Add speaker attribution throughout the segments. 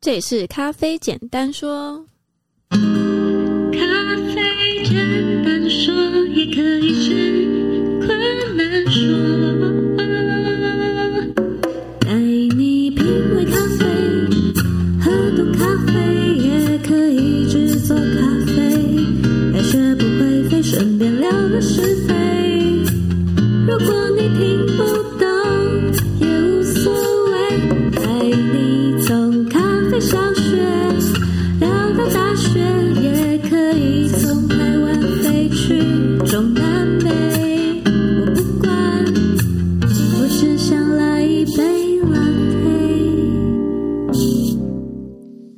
Speaker 1: 这里是咖啡简单说。
Speaker 2: 咖啡简单说，也可以是困难说。带哎你品味咖啡，喝懂咖啡，也可以制作咖啡，还学不会飞，顺便聊了是非。如果你听不懂也无所谓，带你从咖啡小学聊到大学，也可以从台湾飞去中南美。我不管，我只想来一杯拉菲。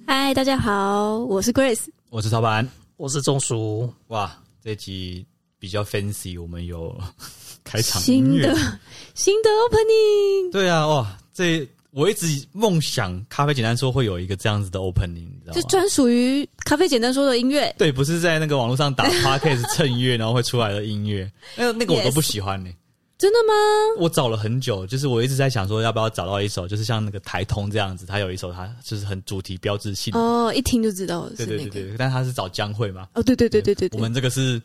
Speaker 1: 嗨，大家好，我是 Grace。
Speaker 3: 我是曹板。
Speaker 4: 我是中暑，
Speaker 3: 哇，这集比较 fancy，我们有 开场音
Speaker 1: 新
Speaker 3: 乐
Speaker 1: 的。新的 opening，
Speaker 3: 对啊，哇，这我一直梦想咖啡简单说会有一个这样子的 opening，你知道
Speaker 1: 就
Speaker 3: 吗？
Speaker 1: 专属于咖啡简单说的音乐。
Speaker 3: 对，不是在那个网络上打 podcast 蹭乐，然后会出来的音乐，那个那个我
Speaker 1: Yes
Speaker 3: 都不喜欢呢、
Speaker 1: 真的吗？
Speaker 3: 我找了很久，就是我一直在想说，要不要找到一首，就是像那个台通这样子，它有一首它就是很主题标志性的，
Speaker 1: 哦，一听就知道是
Speaker 3: 嗯对对
Speaker 1: 那
Speaker 3: 对
Speaker 1: 个。
Speaker 3: 对，但他是找江蕙嘛，
Speaker 1: 哦，对对对对对
Speaker 3: 我
Speaker 1: 对，
Speaker 3: 们这个是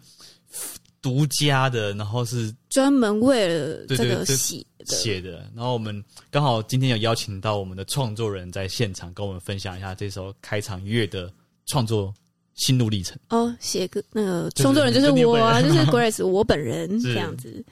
Speaker 3: 独家的，然后是
Speaker 1: 专门为了这
Speaker 3: 对
Speaker 1: 个
Speaker 3: 对对
Speaker 1: 洗的。
Speaker 3: 写的。然后我们刚好今天有邀请到我们的创作人在现场跟我们分享一下这首开场乐的创作心路历程。
Speaker 1: 哦，写个那个
Speaker 3: 对
Speaker 1: 创作人就是
Speaker 3: 就你
Speaker 1: 我啊，就
Speaker 3: 本
Speaker 1: 是
Speaker 3: 人
Speaker 1: Grace 我本人
Speaker 3: 是
Speaker 1: 这样子。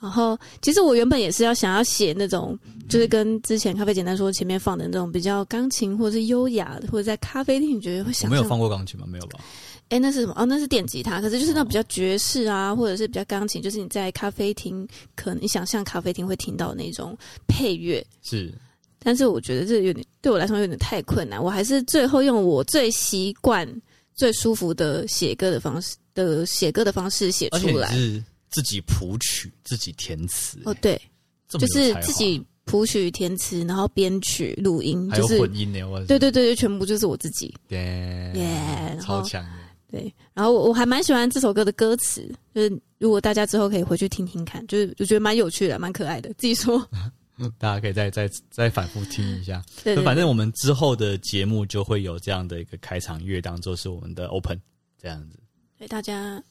Speaker 1: 然后，其实我原本也是要想要写那种，
Speaker 3: 嗯
Speaker 1: 就是跟之前咖啡简单说前面放的那种比较钢琴或者是优雅的，或者在咖啡厅你觉得会
Speaker 3: 我
Speaker 1: 想
Speaker 3: 没有
Speaker 1: 象
Speaker 3: 放过钢琴吗？没有吧？
Speaker 1: 哎，那是什么？哦，那是电吉他，可是
Speaker 3: 哦
Speaker 1: 就是那种比较爵士啊，或者是比较钢琴，就是你在咖啡厅，可能你想象咖啡厅会听到那种配乐。
Speaker 3: 是
Speaker 1: 但是我觉得这有点对我来说有点太困难，我还是最后用我最习惯、最舒服的写歌的方式的写歌的方式写
Speaker 3: 而且
Speaker 1: 出
Speaker 3: 你
Speaker 1: 来。
Speaker 3: 是自己谱曲、自己填词、
Speaker 1: 哦，对，
Speaker 3: 这么
Speaker 1: 就
Speaker 3: 有
Speaker 1: 是
Speaker 3: 才华
Speaker 1: 自己谱曲、填词，然后编曲、录音，
Speaker 3: 还
Speaker 1: 就
Speaker 3: 有
Speaker 1: 是
Speaker 3: 混音呢，我
Speaker 1: 对对对，就全部就是我自己。
Speaker 3: 耶
Speaker 1: 耶然后
Speaker 3: 超强的。
Speaker 1: 对，然后我我还蛮喜欢这首歌的歌词，就是如果大家之后可以回去听听看，就是我觉得蛮有趣的，蛮可爱的。自己 说，
Speaker 3: 嗯大家可以再再再反复听一下，
Speaker 1: 对对
Speaker 3: 反
Speaker 1: 对
Speaker 3: 正我们之后的节目就会有这样的一个开场乐，当做是我们的 open 这样子。
Speaker 1: 对哎大家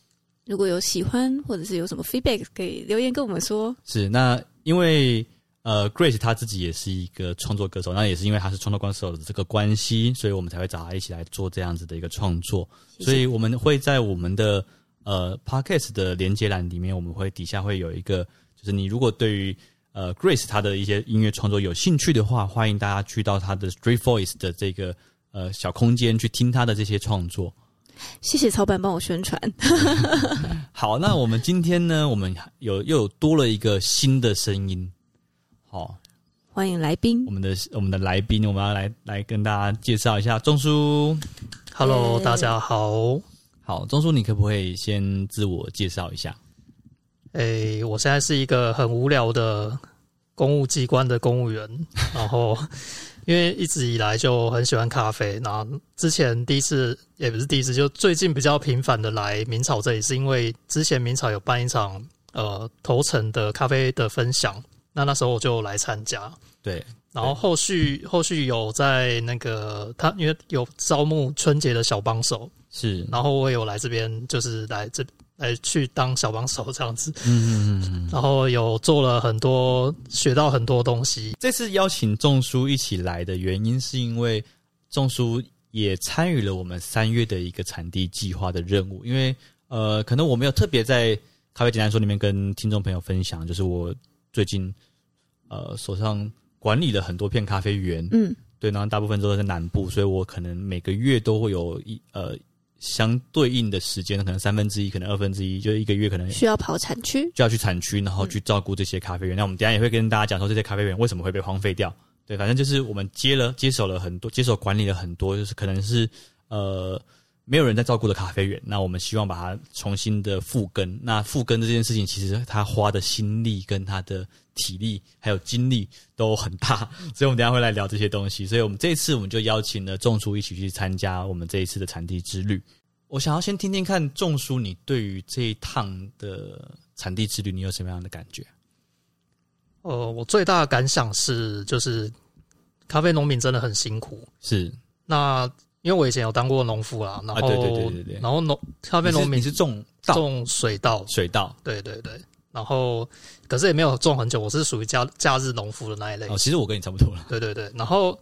Speaker 1: 如果有喜欢或者是有什么 feedback，可以留言跟我们说。
Speaker 3: 是那因为呃，Grace 她自己也是一个创作歌手，那也是因为她是创作歌手的这个关系，所以我们才会找她一起来做这样子的一个创作。
Speaker 1: 谢谢
Speaker 3: 所以我们会在我们的呃 Podcast 的连接栏里面，我们会底下会有一个，就是你如果对于呃 Grace 她的一些音乐创作有兴趣的话，欢迎大家去到她的 Street Voice 的这个呃小空间去听她的这些创作。
Speaker 1: 谢谢草板帮我宣传，
Speaker 3: 好，那我们今天呢，我们有又有多了一个新的声音，好、
Speaker 1: 欢迎来宾
Speaker 3: 我。们的我们的来宾，我们要来来跟大家介绍一下钟叔。
Speaker 4: Hello，
Speaker 1: 耶
Speaker 4: 大家好。
Speaker 3: 好，钟叔，你可不可以先自我介绍一下？
Speaker 4: 诶、我现在是一个很无聊的公务机关的公务员，然后因为一直以来就很喜欢咖啡，那之前第一次也不是第一次，就最近比较频繁的来明朝这里，是因为之前明朝有办一场呃头城的咖啡的分享，那那时候我就来参加，
Speaker 3: 对，
Speaker 4: 然后后续后续有在那个他因为有招募春节的小帮手，
Speaker 3: 是，
Speaker 4: 然后我有来这边就是来这来去当小帮手这样子，
Speaker 3: 嗯嗯嗯。
Speaker 4: 然后有做了很多学到很多东西，
Speaker 3: 这次邀请钟叔一起来的原因，是因为钟叔也参与了我们三月的一个产地计划的任务。因为呃，可能我没有特别在咖啡简单说里面跟听众朋友分享，就是我最近呃手上管理了很多片咖啡园，
Speaker 1: 嗯，
Speaker 3: 对，然后大部分都在南部，所以我可能每个月都会有一呃相对应的时间，可能三分之一，可能二分之一，就是一个月可能
Speaker 1: 需要跑产区。
Speaker 3: 就要去产区，然后去照顾这些咖啡园。那我们等一下也会跟大家讲说这些咖啡园为什么会被荒废掉。对，反正就是我们接了接手了很多，接手管理了很多，就是可能是呃没有人在照顾的咖啡园。那我们希望把它重新的复耕。那复耕这件事情，其实它花的心力跟它的体力还有精力都很大，所以我们等一下会来聊这些东西。所以我们这一次我们就邀请了仲叔一起去参加我们这一次的产地之旅。我想要先听听看仲叔，你对于这一趟的产地之旅，你有什么样的感觉？
Speaker 4: 呃，我最大的感想是，就是咖啡农民真的很辛苦。
Speaker 3: 是
Speaker 4: 那因为我以前有当过农夫啦，然后、
Speaker 3: 啊对对对对对
Speaker 4: 然后农咖啡
Speaker 3: 你是
Speaker 4: 农民
Speaker 3: 你是种稻
Speaker 4: 种水稻，
Speaker 3: 水稻
Speaker 4: 对对对，然后可是也没有种很久，我是属于假假日农夫的那一类，
Speaker 3: 哦，其实我跟你差不多了，
Speaker 4: 对对对，然后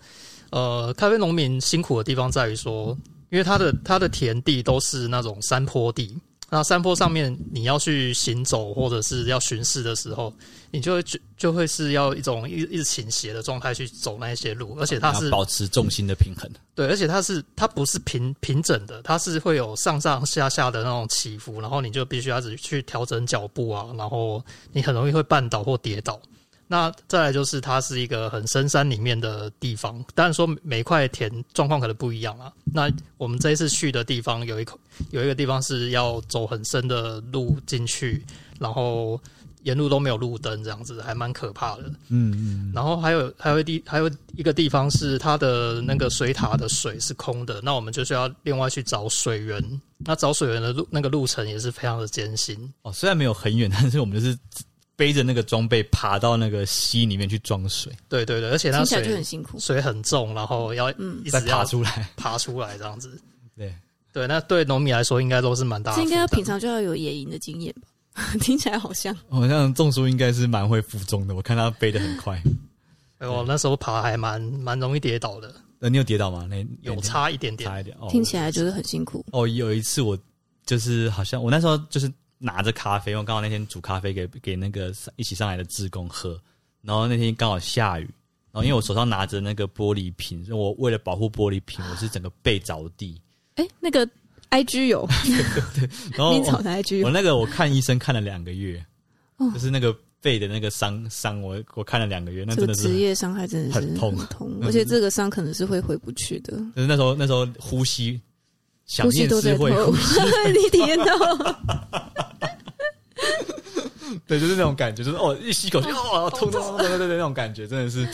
Speaker 4: 呃，咖啡农民辛苦的地方在于说，因为他的他的田地都是那种山坡地，那山坡上面你要去行走或者是要巡视的时候，你就会就就会是要一种一一直倾斜的状态去走那一些路，而且它
Speaker 3: 要
Speaker 4: 是
Speaker 3: 保持重心的平衡，
Speaker 4: 对，而且它是它不是平平整的，它是会有上上下下的那种起伏，然后你就必须要一直去调整脚步啊，然后你很容易会绊倒或跌倒。那再来就是它是一个很深山里面的地方，当然说每块田状况可能不一样啊。那我们这一次去的地方有一口有一个地方是要走很深的路进去，然后沿路都没有路灯，这样子还蛮可怕的。
Speaker 3: 嗯嗯，
Speaker 4: 然后还有还有一地还有一个地方是它的那个水塔的水是空的，那我们就是要另外去找水源。那找水源的路那个路程也是非常的艰辛。
Speaker 3: 哦，虽然没有很远， 但是我们就是背着那个装备爬到那个溪里面去装水，
Speaker 4: 对对对，而且那
Speaker 1: 听起来就
Speaker 4: 水
Speaker 1: 很辛苦。
Speaker 4: 水很重，然后要
Speaker 1: 嗯
Speaker 4: 一
Speaker 3: 再
Speaker 4: 直
Speaker 3: 爬
Speaker 4: 要
Speaker 3: 出来，
Speaker 4: 爬出来这样子。
Speaker 3: 对，
Speaker 4: 对，那对农民来说应该都是蛮大的
Speaker 1: 这应
Speaker 4: 负担。
Speaker 1: 该要平常就要有野营的经验吧？ 听起来好像
Speaker 3: 好像仲叔应该是蛮会负重的，我看他背得很快。
Speaker 4: 哎我那时候爬还蛮蛮容易跌倒的，
Speaker 3: 呃，你有跌倒吗？那
Speaker 4: 有差一点点。
Speaker 3: 差一点，哦、
Speaker 1: 听起来就是很辛苦。
Speaker 3: 哦，有一次我就是好像我那时候就是拿着咖啡，因为刚好那天煮咖啡给给那个一起上来的志工喝，然后那天刚好下雨，然后因为我手上拿着那个玻璃瓶，所以我为了保护玻璃瓶，我是整个背着地，
Speaker 1: 哎，那个 I G 有，
Speaker 3: 然后
Speaker 1: 你
Speaker 3: 我
Speaker 1: 找的 I G
Speaker 3: 哦我
Speaker 1: 有，
Speaker 3: 那个我看医生看了两个月
Speaker 1: 哦，
Speaker 3: 就是那个背的那个伤伤，我我看了两个月，那
Speaker 1: 这
Speaker 3: 真
Speaker 1: 个
Speaker 3: 的
Speaker 1: 职
Speaker 3: 是。
Speaker 1: 业伤害真的是
Speaker 3: 很痛
Speaker 1: 很痛，
Speaker 3: 嗯
Speaker 1: 而且这个伤可能是会回不去的，
Speaker 3: 就是那时候，那时候呼吸，想
Speaker 1: 呼吸
Speaker 3: 念
Speaker 1: 都
Speaker 3: 是
Speaker 1: 在
Speaker 3: 会
Speaker 1: 痛， 你体验到
Speaker 3: 对，就是那种感觉，就是哦，一吸口气，哦，痛痛痛痛，对对对，那种感觉真的是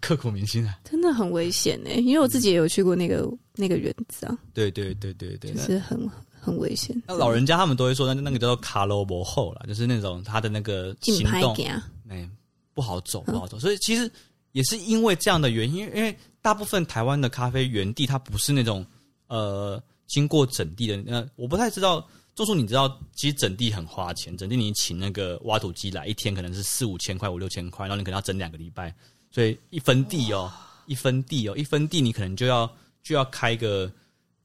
Speaker 3: 刻骨铭心啊！
Speaker 1: 真的很危险哎，因为我自己也有去过那个那个园子啊，
Speaker 3: 对对对对对，
Speaker 1: 就是很很危险。
Speaker 3: 那老人家他们都会说，那那个叫做卡罗伯后啦，就是那种他的那个
Speaker 1: 紧
Speaker 3: 行
Speaker 1: 拍
Speaker 3: 动，
Speaker 1: 啊，
Speaker 3: 哎、不好走，
Speaker 1: 嗯
Speaker 3: 不好走。所以其实也是因为这样的原因，因为因为大部分台湾的咖啡园地，它不是那种呃经过整地的。呃，我不太知道，就叔，你知道，其实整地很花钱，整地你请那个挖土机来，一天可能是四五千块、五六千块，然后你可能要整两个礼拜，所以一分地哦，一分地哦，一分地你可能就要就要开个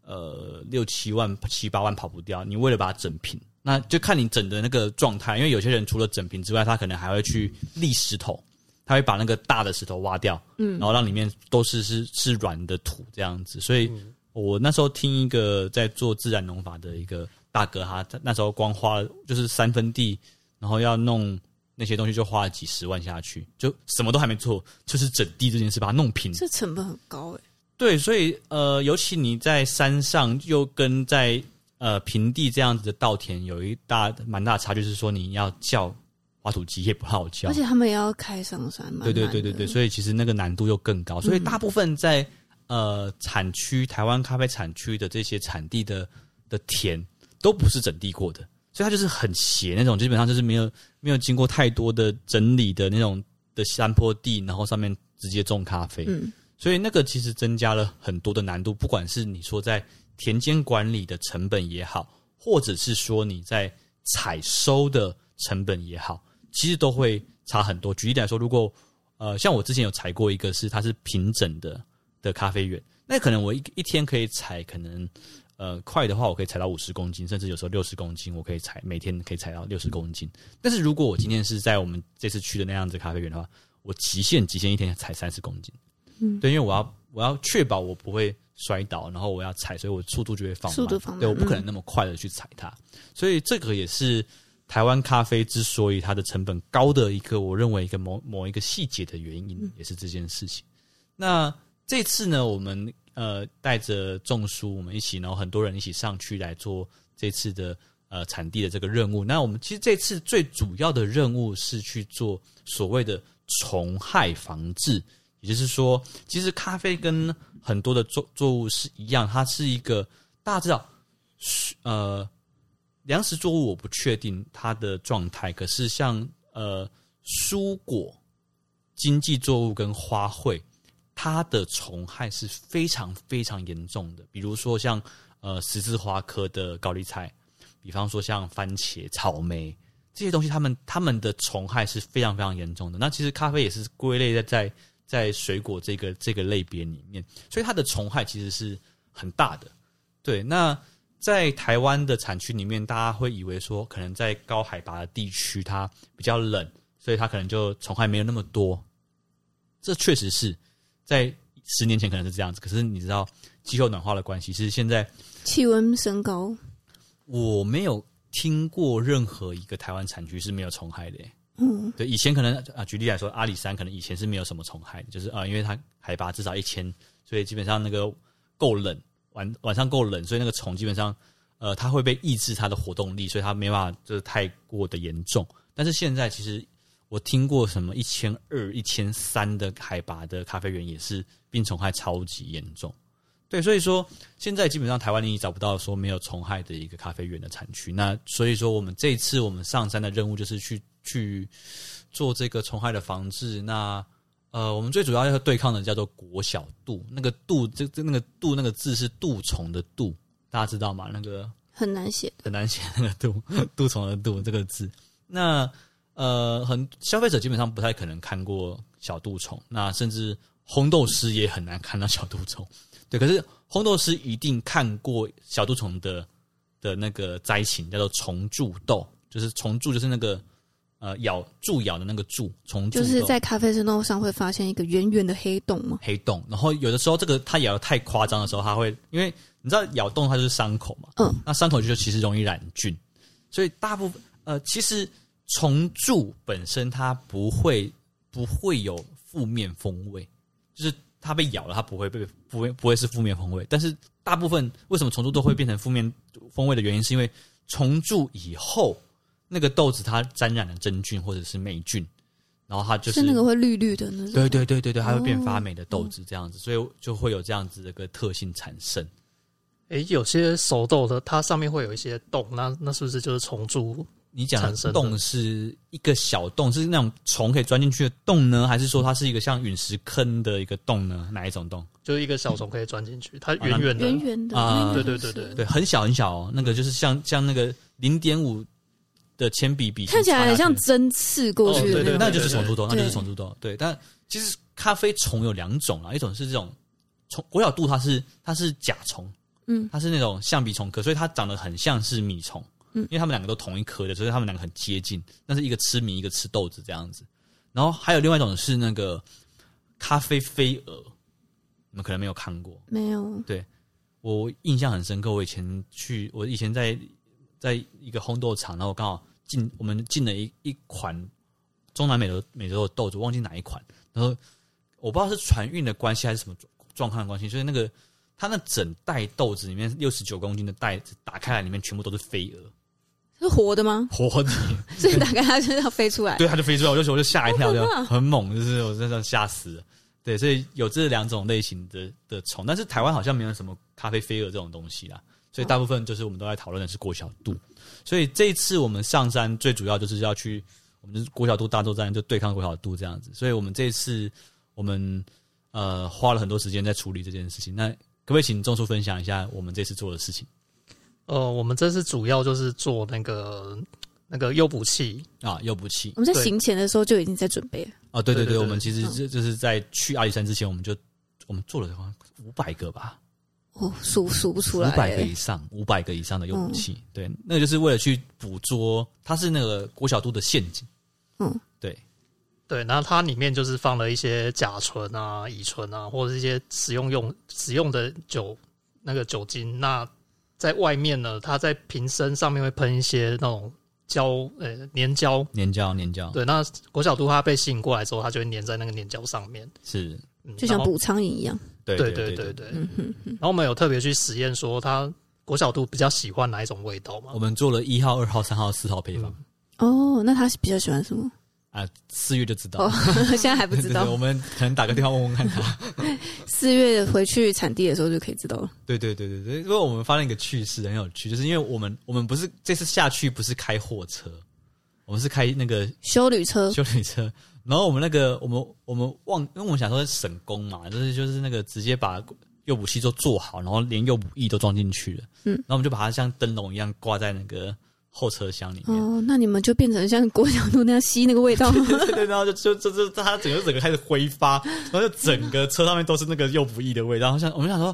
Speaker 3: 呃六七万七八万跑不掉，你为了把它整平，那就看你整的那个状态，因为有些人除了整平之外，他可能还会去砾石头，他会把那个大的石头挖掉，嗯，然后让里面都是是是软的土这样子，所以我那时候听一个在做自然农法的一个大哥哈，他那时候光花了就是三分地，然后要弄。那些东西就花了几十万下去，就什么都还没做，就是整地这件事把它弄平。
Speaker 1: 这成本很高哎。
Speaker 3: 对，所以呃，尤其你在山上，又跟在呃平地这样子的稻田有一大蛮大的差距，是说你要叫挖土机也不好叫
Speaker 1: 而，且他们也要开上山，蛮
Speaker 3: 对对
Speaker 1: 难
Speaker 3: 对对
Speaker 1: 的嗯
Speaker 3: 对，所以其实那个难度又更高。所以大部分在呃产区，台湾咖啡产区的这些产地的的田都不是整地过的，所以它就是很斜那种，基本上就是没有没有经过太多的整理的那种的山坡地，然后上面直接种咖啡。
Speaker 1: 嗯，
Speaker 3: 所以那个其实增加了很多的难度，不管是你说在田间管理的成本也好，或者是说你在采收的成本也好，其实都会差很多。举例来说，如果呃像我之前有采过一个是它是平整的的咖啡园，那可能我一一天可以采可能。呃，快的话我可以采到五十公斤，甚至有时候六十公斤，我可以采每天可以采到六十公斤。但是如果我今天是在我们这次去的那样子咖啡园的话，我极限极限一天采三十公斤。
Speaker 1: 嗯
Speaker 3: 对，因为我要我要确保我不会摔倒，然后我要踩，所以我速度就会放慢。
Speaker 1: 速度放慢
Speaker 3: 对，我不可能那么快的去踩它，所以这个也是台湾咖啡之所以它的成本高的一个，我认为一个某某一个细节的原因，
Speaker 1: 嗯
Speaker 3: 也是这件事情。那这次呢，我们呃带着众书，我们一起，然后很多人一起上去来做这次的呃产地的这个任务。那我们其实这次最主要的任务是去做所谓的虫害防治，也就是说，其实咖啡跟很多的作作物是一样，它是一个大家知道，是呃，粮食作物我不确定它的状态，可是像呃蔬果、经济作物跟花卉，它的虫害是非常非常严重的，比如说像呃十字花科的高丽菜，比方说像番茄、草莓这些东西，它们它们的虫害是非常非常严重的。那其实咖啡也是归类在在在水果这个这个类别里面，所以它的虫害其实是很大的。对，那在台湾的产区里面，大家会以为说，可能在高海拔的地区它比较冷，所以它可能就虫害没有那么多。这确实是在十年前可能是这样子，可是你知道气候暖化的关系，其实现在
Speaker 1: 气温升高，
Speaker 3: 我没有听过任何一个台湾产区是没有虫害的耶。
Speaker 1: 嗯，
Speaker 3: 对，以前可能啊，举例来说，阿里山可能以前是没有什么虫害的，就是啊，因为它海拔至少一千，所以基本上那个够冷，晚晚上够冷，所以那个虫基本上呃，它会被抑制它的活动力，所以它没办法就是太过的严重。但是现在其实我听过什么一千二、一千三的海拔的咖啡园也是病虫害超级严重。对，所以说现在基本上台湾你找不到说没有虫害的一个咖啡园的产区。那所以说我们这一次我们上山的任务就是去去做这个虫害的防治。那呃，我们最主要要对抗的叫做国小杜，那个杜这这那个杜那个字是杜虫的杜，大家知道吗？那个
Speaker 1: 很难写。
Speaker 3: 很难写那个杜 杜虫的杜这个字。那呃，很消费者基本上不太可能看过小杜虫，那甚至烘豆师也很难看到小杜虫。对，可是烘豆师一定看过小杜虫的的那个灾情，叫做虫蛀豆，就是虫蛀，就是那个呃咬蛀咬的那个蛀，虫蛀
Speaker 1: 就是
Speaker 3: 豆
Speaker 1: 在咖啡生豆上会发现一个圆圆的黑洞吗？
Speaker 3: 黑洞，然后有的时候这个它咬的太夸张的时候，它会因为你知道咬洞它就是伤口嘛，
Speaker 1: 嗯，
Speaker 3: 那伤口就其实容易染菌，所以大部分呃，其实虫蛀本身它不会不会有负面风味，就是它被咬了，它不会被不会不会是负面风味，但是大部分为什么虫蛀都会变成负面风味的原因，是因为虫蛀以后那个豆子它沾染了真菌或者是霉菌，然后它就是是
Speaker 1: 那个会绿绿的那种。
Speaker 3: 对对对对对，它会变
Speaker 1: 哦
Speaker 3: 发霉的豆子这样子，所以就会有这样子的一个特性产生。
Speaker 4: 诶、哎有些熟豆的它上面会有一些洞，那那是不是就是虫蛀？
Speaker 3: 你讲
Speaker 4: 产生
Speaker 3: 的
Speaker 4: 的
Speaker 3: 洞是一个小洞，是那种虫可以钻进去的洞呢，还是说它是一个像陨石坑的一个洞呢？哪一种洞？
Speaker 4: 就是一个小虫可以钻进去，它
Speaker 3: 啊那
Speaker 4: 圆圆的，
Speaker 1: 圆圆的
Speaker 3: 啊
Speaker 1: 那个
Speaker 4: 对
Speaker 1: 是
Speaker 4: 对对
Speaker 3: 对，很小很小哦，那个就是像像那个零点五的铅笔笔，
Speaker 1: 看起来很像
Speaker 3: 插下
Speaker 1: 针刺过去
Speaker 3: 去
Speaker 1: 的那
Speaker 3: 哦对对，
Speaker 1: 种。
Speaker 3: 那就是虫蛀豆，那
Speaker 1: 对
Speaker 3: 就是虫蛀豆。对，但其实咖啡虫有两种啊，一种是这种虫国小蠹，它是它是甲虫，
Speaker 1: 嗯
Speaker 3: 它是那种象鼻虫科，所以它长得很像是米虫，
Speaker 1: 嗯
Speaker 3: 因为它们两个都同一科的，所以它们两个很接近，但是一个吃米，一个吃豆子这样子。然后还有另外一种是那个咖啡飞蛾，你们可能没有看过，
Speaker 1: 没有
Speaker 3: 我印象很深刻。我以前去，我以前在在一个烘豆厂，然后我刚好进我们进了一一款中南美洲美洲的豆子，忘记哪一款。然后我不知道是船运的关系还是什么状状况的关系，所以那个它那整袋豆子里面六十九公斤的袋子打开来，里面全部都是飞蛾，
Speaker 1: 是活的吗？
Speaker 3: 活的。
Speaker 1: 所以打开它就要飞出来。
Speaker 3: 对，它就飞出来，我就我就吓一跳，
Speaker 1: 好可
Speaker 3: 就
Speaker 1: 怕
Speaker 3: 很猛，就是我真的吓死了。对，所以有这两种类型的的虫，但是台湾好像没有什么咖啡飞蛾这种东西啦，所以大部分就是我们都在讨论的是郭小度。所以这一次我们上山最主要就是要去，我们就是郭小度大作战，就对抗郭小度这样子。所以我们这次我们呃花了很多时间在处理这件事情。那可不可以请钟叔分享一下我们这次做的事情
Speaker 4: 呃，我们这次主要就是做那个那个诱捕器，
Speaker 3: 啊？诱捕器
Speaker 1: 我们在
Speaker 4: 对
Speaker 1: 行前的时候就已经在准备了，
Speaker 3: 哦，对对对，
Speaker 4: 对对
Speaker 3: 我
Speaker 4: 对
Speaker 3: 们其
Speaker 1: 嗯
Speaker 3: 实就就是在去阿里山之前，我们就我们做了好像五百个吧，
Speaker 1: 哦，数数不出
Speaker 3: 五
Speaker 1: 来
Speaker 3: 百个
Speaker 1: 欸。嗯
Speaker 3: 以上，五百个以上的诱捕器，对，那个就是为了去捕捉，它是那个郭小度的陷阱，
Speaker 1: 嗯，
Speaker 3: 对，
Speaker 4: 对，那它里面就是放了一些甲醇啊、乙醇啊，或者是一些食用用使用的酒那个酒精。那在外面呢，它在瓶身上面会喷一些那种胶呃粘胶。
Speaker 3: 粘胶粘胶，
Speaker 4: 对，那国小毒它被吸引过来之后，它就会粘在那个粘胶上面，
Speaker 3: 是，
Speaker 4: 嗯
Speaker 1: 就像
Speaker 4: 然后
Speaker 1: 捕苍蝇一样，
Speaker 3: 对
Speaker 4: 对
Speaker 3: 对
Speaker 4: 对对对。
Speaker 1: 嗯哼哼，
Speaker 4: 然后我们有特别去实验说，它国小毒比较喜欢哪一种味道嘛
Speaker 3: 我？们做了一号、二号、三号、四号配方
Speaker 1: 哦，那他比较喜欢什 么？
Speaker 3: 啊，四月就知道
Speaker 1: 哦，，现在还不知
Speaker 3: 对对对我
Speaker 1: 道，
Speaker 3: 们可能打个电话问问看他。
Speaker 1: 四月回去产地的时候就可以知道了。
Speaker 3: 对对对对对，因为我们发现一个趣事很有趣，就是因为我们我们不是这次下去不是开货车，我们是开那个
Speaker 1: 修旅车
Speaker 3: 修理车，然后我们那个我们我们忘，因为我们想说是省工嘛，就是就是那个直接把诱捕器都做好，然后连诱捕翼都装进去了。
Speaker 1: 嗯
Speaker 3: 然后我们就把它像灯笼一样挂在那个后车厢里面。
Speaker 1: 哦，那你们就变成像郭小璐那样吸那个味道 吗？
Speaker 3: 对对，然后就就就就它整个整个开始挥发，然后就整个车上面都是那个诱捕翼的味道。然后像我们想说，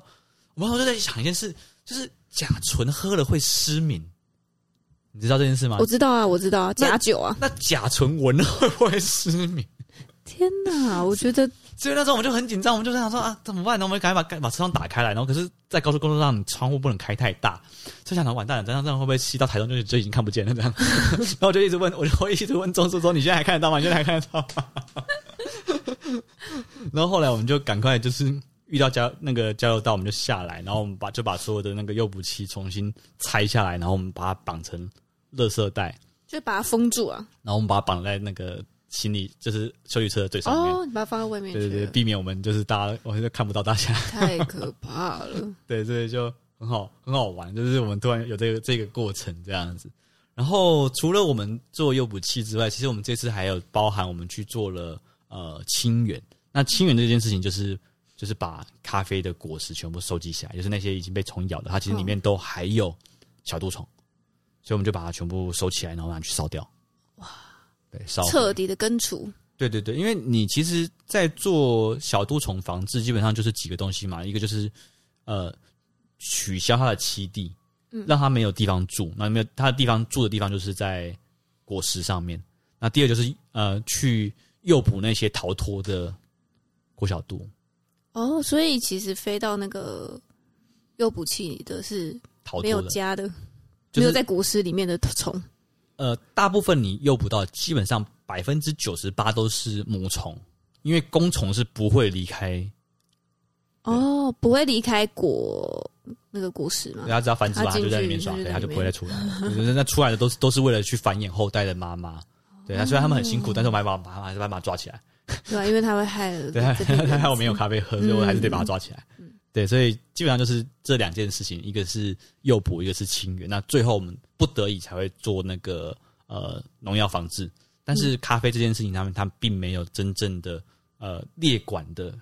Speaker 3: 我们就在想一件事，就是甲醇喝了会失明，你知道这件事吗
Speaker 1: 我？知道啊，我知道啊，假酒啊！
Speaker 3: 那甲醇闻了会不会失明？
Speaker 1: 天哪，我觉得
Speaker 3: 所以那时候我们就很紧张，我们就在想说啊，怎么办呢？我们赶快把赶把车窗打开来，然后可是，在高速公路上，你窗户不能开太大，就想着完蛋了，这样这样会不会吸到台中就就已经看不见了这样？ 然后我就一直问，我就会一直问钟叔说：“你现在还看得到吗？你现在还看得到吗？”然后后来我们就赶快就是遇到加那个加油道，我们就下来，然后我们把就把所有的那个诱捕器重新拆下来，然后我们把它绑成垃圾袋，
Speaker 1: 就把它封住啊！
Speaker 3: 然后我们把它绑在那个行李就是修理车的最上面。
Speaker 1: 哦，你把它放在外面去
Speaker 3: 对
Speaker 1: 了，
Speaker 3: 对对，避免我们就是大家，我就看不到大家。
Speaker 1: 太可怕了！
Speaker 3: 对，所以就很好，很好玩。就是我们突然有这个这个过程这样子。然后除了我们做诱捕器之外，其实我们这次还有包含我们去做了呃清远。那清远这件事情就是就是把咖啡的果实全部收集起来，就是那些已经被虫咬的，它其实里
Speaker 1: 嗯
Speaker 3: 面都还有小毒虫，所以我们就把它全部收起来，然后拿去烧掉。哇，对，烧毁
Speaker 1: 彻底的根除，
Speaker 3: 对对对，因为你其实，在做小毒虫防治，基本上就是几个东西嘛，一个就是呃取消它的栖地，
Speaker 1: 嗯
Speaker 3: 让它没有地方住，那没有它的地方住的地方就是在果实上面。那第二就是呃去诱捕那些逃脱的果小毒，
Speaker 1: 哦，所以其实飞到那个诱捕器里的是
Speaker 3: 逃
Speaker 1: 没有
Speaker 3: 脱的，
Speaker 1: 家的，
Speaker 3: 就
Speaker 1: 没有
Speaker 3: 是
Speaker 1: 在果实里面的虫。
Speaker 3: 呃大部分你诱捕到，基本上百分之九十八都是母虫，因为公虫是不会离开，
Speaker 1: 哦，不会离开果那个果实吗？
Speaker 3: 它只要繁殖吧，
Speaker 1: 它
Speaker 3: 它
Speaker 1: 啊进
Speaker 3: 就在里面
Speaker 1: 去
Speaker 3: 耍
Speaker 1: 它就
Speaker 3: 飞，
Speaker 1: 在
Speaker 3: 它就
Speaker 1: 里
Speaker 3: 不会
Speaker 1: 面
Speaker 3: 再出来了。就是那 出来的都是都是为了去繁衍后代的妈妈。对，虽然他们很辛苦，但是我们还把把还是把它抓起来。
Speaker 1: 对啊，因为它会害了
Speaker 3: 对，还
Speaker 1: 这边 的人。
Speaker 3: 还好我没有咖啡喝，所以我还是得把它抓起来
Speaker 1: 嗯。
Speaker 3: 对，所以基本上就是这两件事情，一个是诱捕，一个是清源。那最后我们不得已才会做那个呃农药防治，但是
Speaker 1: 嗯
Speaker 3: 咖啡这件事情，他们他们并没有真正的呃列管的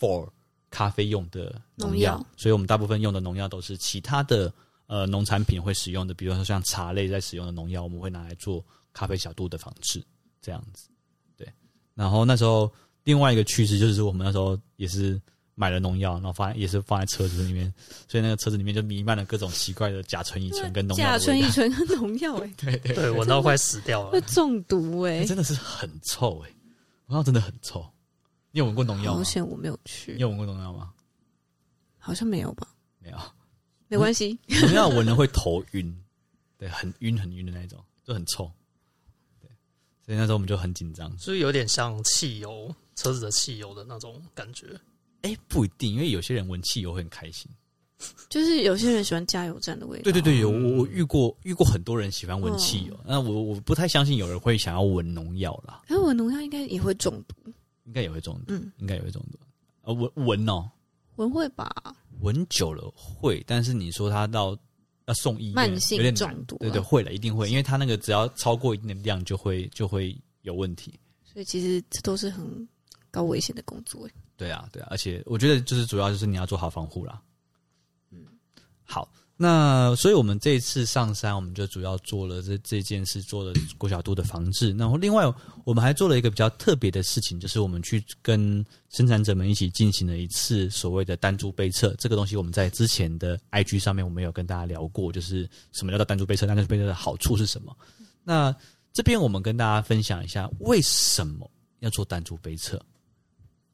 Speaker 3: for 咖啡用的农
Speaker 1: 农
Speaker 3: 药
Speaker 1: 药，
Speaker 3: 所以我们大部分用的农药都是其他的呃农产品会使用的，比如说像茶类在使用的农药，我们会拿来做咖啡小度的防治，这样子。对，然后那时候另外一个趋势就是我们那时候也是买了农药，然后放在也是放在车子里面，所以那个车子里面就弥漫了各种奇怪的甲醇乙醇跟农药
Speaker 1: 甲
Speaker 3: 的
Speaker 1: 醇、
Speaker 3: 味
Speaker 1: 啊乙
Speaker 3: 道，
Speaker 1: 醇跟农 药、哎，
Speaker 3: 对对
Speaker 4: 对，闻到快死掉
Speaker 1: 会
Speaker 4: 了。
Speaker 1: 中毒哎、
Speaker 3: 欸真的是很臭哎、欸，农药真的很臭。你有闻过农药吗
Speaker 1: 好？险我没有去
Speaker 3: 你，啊有闻过农药吗？
Speaker 1: 好像没有吧？
Speaker 3: 没 有。
Speaker 1: 没关系，
Speaker 3: 农药闻了会头晕，对，很晕很晕的那一种，就很臭。对，所以那时候我们就很紧张。
Speaker 4: 就是有点像汽油车子的汽油的那种感觉，
Speaker 3: 哎、不一定，因为有些人闻汽油会很开心。
Speaker 1: 就是有些人喜欢加油站的味道。
Speaker 3: 对对对，有我我遇过遇过很多人喜欢闻汽
Speaker 1: 嗯
Speaker 3: 油，那、我我不太相信有人会想要闻农药啦，
Speaker 1: 可是我农药应该也会中毒，
Speaker 3: 应该也会中毒，
Speaker 1: 嗯，
Speaker 3: 应该也会中毒。呃，闻闻哦，
Speaker 1: 闻会吧？
Speaker 3: 闻久了会，但是你说他到要送医院，
Speaker 1: 慢性
Speaker 3: 有点
Speaker 1: 中
Speaker 3: 难
Speaker 1: 毒啊
Speaker 3: 对对，会了，一定会，因为他那个只要超过一定的量就会就会有问题。
Speaker 1: 所以其实这都是很高危险的工作、哎
Speaker 3: 对啊，对啊，而且我觉得就是主要就是你要做好防护啦。嗯，好，那所以我们这一次上山，我们就主要做了这这件事，做了郭小度的防治。然后另外我们还做了一个比较特别的事情，就是我们去跟生产者们一起进行了一次所谓的单株杯测。这个东西我们在之前的 IG 上面我们有跟大家聊过，就是什么叫做单株杯测，单株杯测的好处是什么？那这边我们跟大家分享一下为什么要做单株杯测。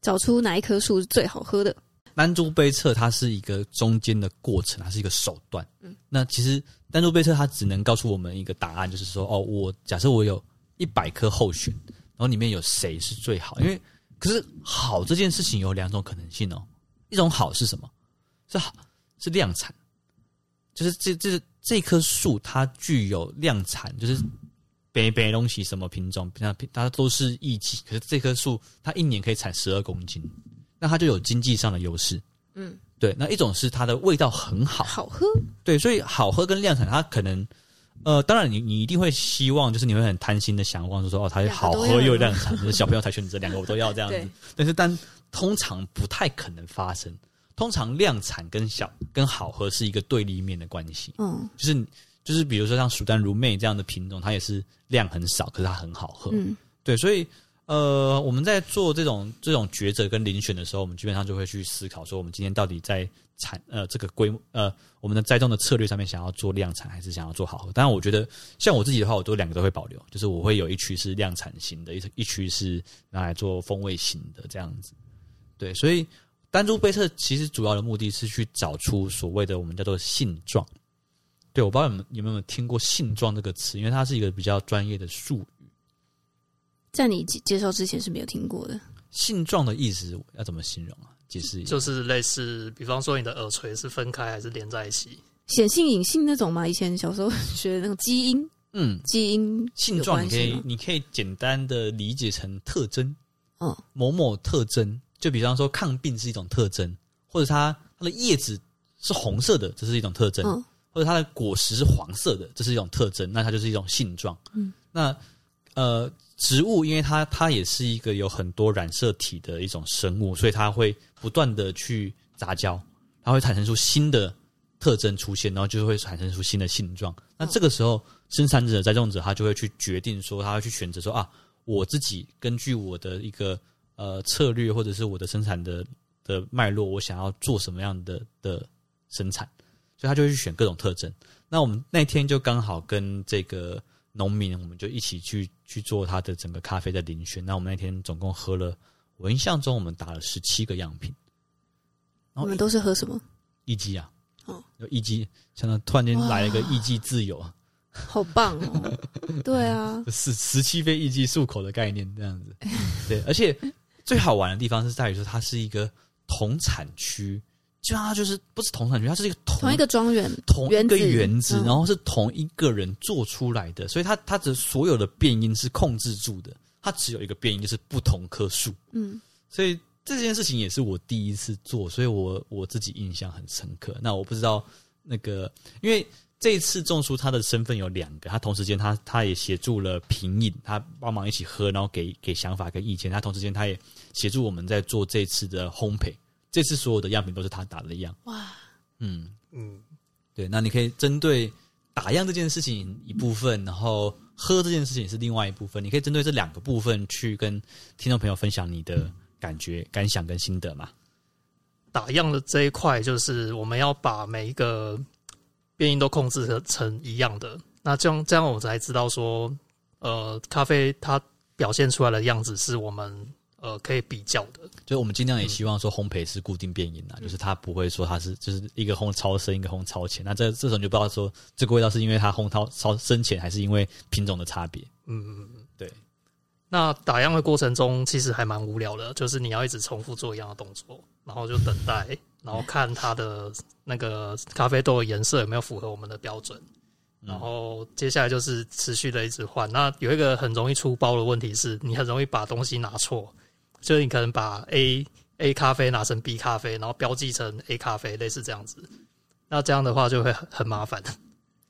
Speaker 1: 找出哪一棵树是最好喝的，
Speaker 3: 单株杯测它是一个中间的过程，它是一个手段。嗯，那其实单株杯测它只能告诉我们一个答案，就是说，哦，我假设我有一百颗候选，然后里面有谁是最好？因为可是好这件事情有两种可能性哦，一种好是什么？是好是量产，就是这这这棵树它具有量产，就是北北东西什么品种，它它都是一级，可是这棵树它一年可以产十二公斤。那它就有经济上的优势。
Speaker 1: 嗯，
Speaker 3: 对。那一种是它的味道很好，
Speaker 1: 好喝，
Speaker 3: 对，所以好喝跟量产，它可能呃，当然你你一定会希望，就是你会很贪心的想望，就说哦，它
Speaker 1: 两个
Speaker 3: 好
Speaker 1: 都
Speaker 3: 喝
Speaker 1: 要
Speaker 3: 又
Speaker 1: 吗
Speaker 3: 量产，就是小朋友才选择两个我都要这样子
Speaker 1: 对。
Speaker 3: 但是但通常不太可能发生，通常量产跟小跟好喝是一个对立面的关系。
Speaker 1: 嗯
Speaker 3: 就是你就是比如说像蜀丹如妹这样的品种，它也是量很少，可是它很好喝。
Speaker 1: 嗯
Speaker 3: 对，所以呃，我们在做这种这种抉择跟遴选的时候，我们基本上就会去思考说，我们今天到底在产呃这个规模呃我们的栽种的策略上面，想要做量产还是想要做好喝？当然，我觉得像我自己的话，我都两个都会保留，就是我会有一区是量产型的，一一区是拿来做风味型的这样子。对，所以单株杯测其实主要的目的是去找出所谓的我们叫做性状。对，我不知道你们你们有没有听过“性状”这个词，因为它是一个比较专业的术语。
Speaker 1: 在你介介绍之前是没有听过的，
Speaker 3: 性状的意思要怎么形容啊？解释一下。
Speaker 4: 就是类似，比方说你的耳垂是分开还是连在一起？
Speaker 1: 显性隐性那种嘛，以前小时候学的那种基 因
Speaker 3: 嗯，
Speaker 1: 基因
Speaker 3: 性
Speaker 1: 有
Speaker 3: 状
Speaker 1: 关
Speaker 3: 你可
Speaker 1: 系
Speaker 3: 以
Speaker 1: 吗？
Speaker 3: 你可以简单的理解成特征，
Speaker 1: 嗯
Speaker 3: 某某特征，就比方说抗病是一种特征，或者它它的叶子是红色的，这是一种特征，
Speaker 1: 嗯
Speaker 3: 或者它的果实是黄色的，这是一种特征，那它就是一种性状。
Speaker 1: 嗯，
Speaker 3: 那呃，植物因为它它也是一个有很多染色体的一种生物，所以它会不断的去杂交，它会产生出新的特征出现，然后就会产生出新的性状。那这个时候，生产者、栽种者他就会去决定说，他会去选择说啊，我自己根据我的一个呃策略或者是我的生产的的脉络，我想要做什么样的的生产，所以他就会去选各种特征。那我们那天就刚好跟这个农民，我们就一起去去做他的整个咖啡的遴选。那我们那天总共喝了，我印象中我们打了十七个样品，然
Speaker 1: 你
Speaker 3: 后
Speaker 1: 们都是喝什么？
Speaker 3: 一机啊，
Speaker 1: 哦，
Speaker 3: 有一机，相当突然间
Speaker 1: 哇
Speaker 3: 来了一个一机自由，
Speaker 1: 好棒 哦！对啊，
Speaker 3: 十十七杯一机漱口的概念这样子。对，而且最好玩的地方是在于说，它是一个同产区，基本上它就是不是同产区，它是一个同
Speaker 1: 同一个庄园，
Speaker 3: 同一个
Speaker 1: 原子
Speaker 3: 原子，哦
Speaker 1: 嗯
Speaker 3: 然后是同一个人做出来的，所以它它的所有的变音是控制住的，它只有一个变音就是不同棵树，
Speaker 1: 嗯，
Speaker 3: 所以这件事情也是我第一次做，所以我我自己印象很深刻。那我不知道那个，因为这一次种树他的身份有两个，他同时间他他也协助了品饮，他帮忙一起喝，然后给给想法跟意见。他同时间他也协助我们在做这次的烘焙，这次所有的样品都是他打的样，
Speaker 1: 哇，
Speaker 3: 嗯。
Speaker 4: 嗯，
Speaker 3: 对，那你可以针对打样这件事情一部分，然后喝这件事情是另外一部分。你可以针对这两个部分去跟听众朋友分享你的感觉、感想跟心得嘛。
Speaker 4: 打样的这一块就是我们要把每一个变音都控制得成一样的，那这样这样我才知道说，呃，咖啡它表现出来的样子是我们呃可以比较的。
Speaker 3: 就我们尽量也希望说烘焙是固定变音啊，就是它不会说它是就是一个烘超深，一个烘超浅。那这这种就不知道说这个味道是因为它烘超超深浅，还是因为品种的差别。
Speaker 4: 嗯嗯嗯，
Speaker 3: 对。
Speaker 4: 那打样的过程中其实还蛮无聊的，就是你要一直重复做一样的动作，然后就等待，然后看它的那个咖啡豆的颜色有没有符合我们的标准。然后接下来就是持续的一直换。那有一个很容易出包的问题是，你很容易把东西拿错，就是你可能把 A A 咖啡拿成 B 咖啡，然后标记成 A 咖啡，类似这样子。那这样的话就会很很麻烦。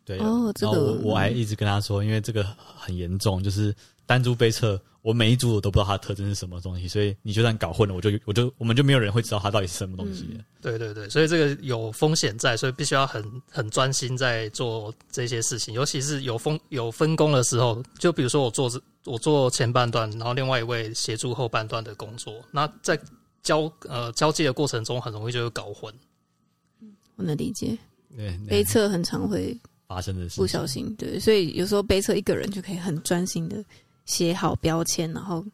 Speaker 3: 对
Speaker 1: 哦这
Speaker 3: 然
Speaker 1: 个
Speaker 3: 后我我还一直跟他说，因为这个很严重，就是单株杯测，我每一株我都不知道它的特征是什么东西，所以你就算搞混了，我就我就我们就没有人会知道它到底是什么东西
Speaker 1: 嗯
Speaker 3: 了。
Speaker 4: 对对对，所以这个有风险在，所以必须要很很专心在做这些事情，尤其是有分有分工的时候，就比如说我做这我做前半段，然后另外一位协助后半段的工作，那在交呃交际的过程中，很容易就会搞混。
Speaker 1: 我能理解。
Speaker 3: 对，那
Speaker 1: 杯测很常会
Speaker 3: 发生的事
Speaker 1: 不
Speaker 3: 情
Speaker 1: 小心，对，所以有时候杯测一个人就可以很专心的写好标签，然后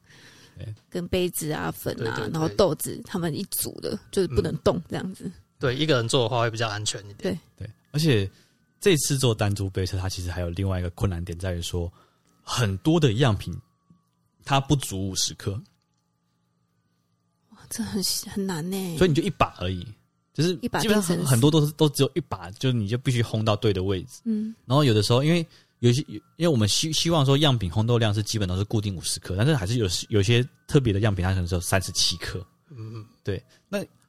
Speaker 3: 对
Speaker 1: 跟杯子啊、粉
Speaker 4: 对
Speaker 1: 啊
Speaker 4: 对，对
Speaker 1: 然后豆子他们一组的，就是不能
Speaker 3: 嗯
Speaker 1: 动这样子。
Speaker 4: 对，一个人做的话会比较安全一点。
Speaker 3: 对，而且这次做单株杯测，它其实还有另外一个困难点在于说，很多的样品它不足五十克，
Speaker 1: 哇这很很难呢。
Speaker 3: 所以你就一把而已，就是
Speaker 1: 一把
Speaker 3: 基本上
Speaker 1: 定生
Speaker 3: 很
Speaker 1: 死
Speaker 3: 很多都是都只有一把，就是你就必须烘到对的位置。
Speaker 1: 嗯，
Speaker 3: 然后有的时候，因为有些，因为我们希希望说样品烘豆量是基本都是固定五十克，但是还是有有些特别的样品，它可能只有三十七克。
Speaker 4: 嗯，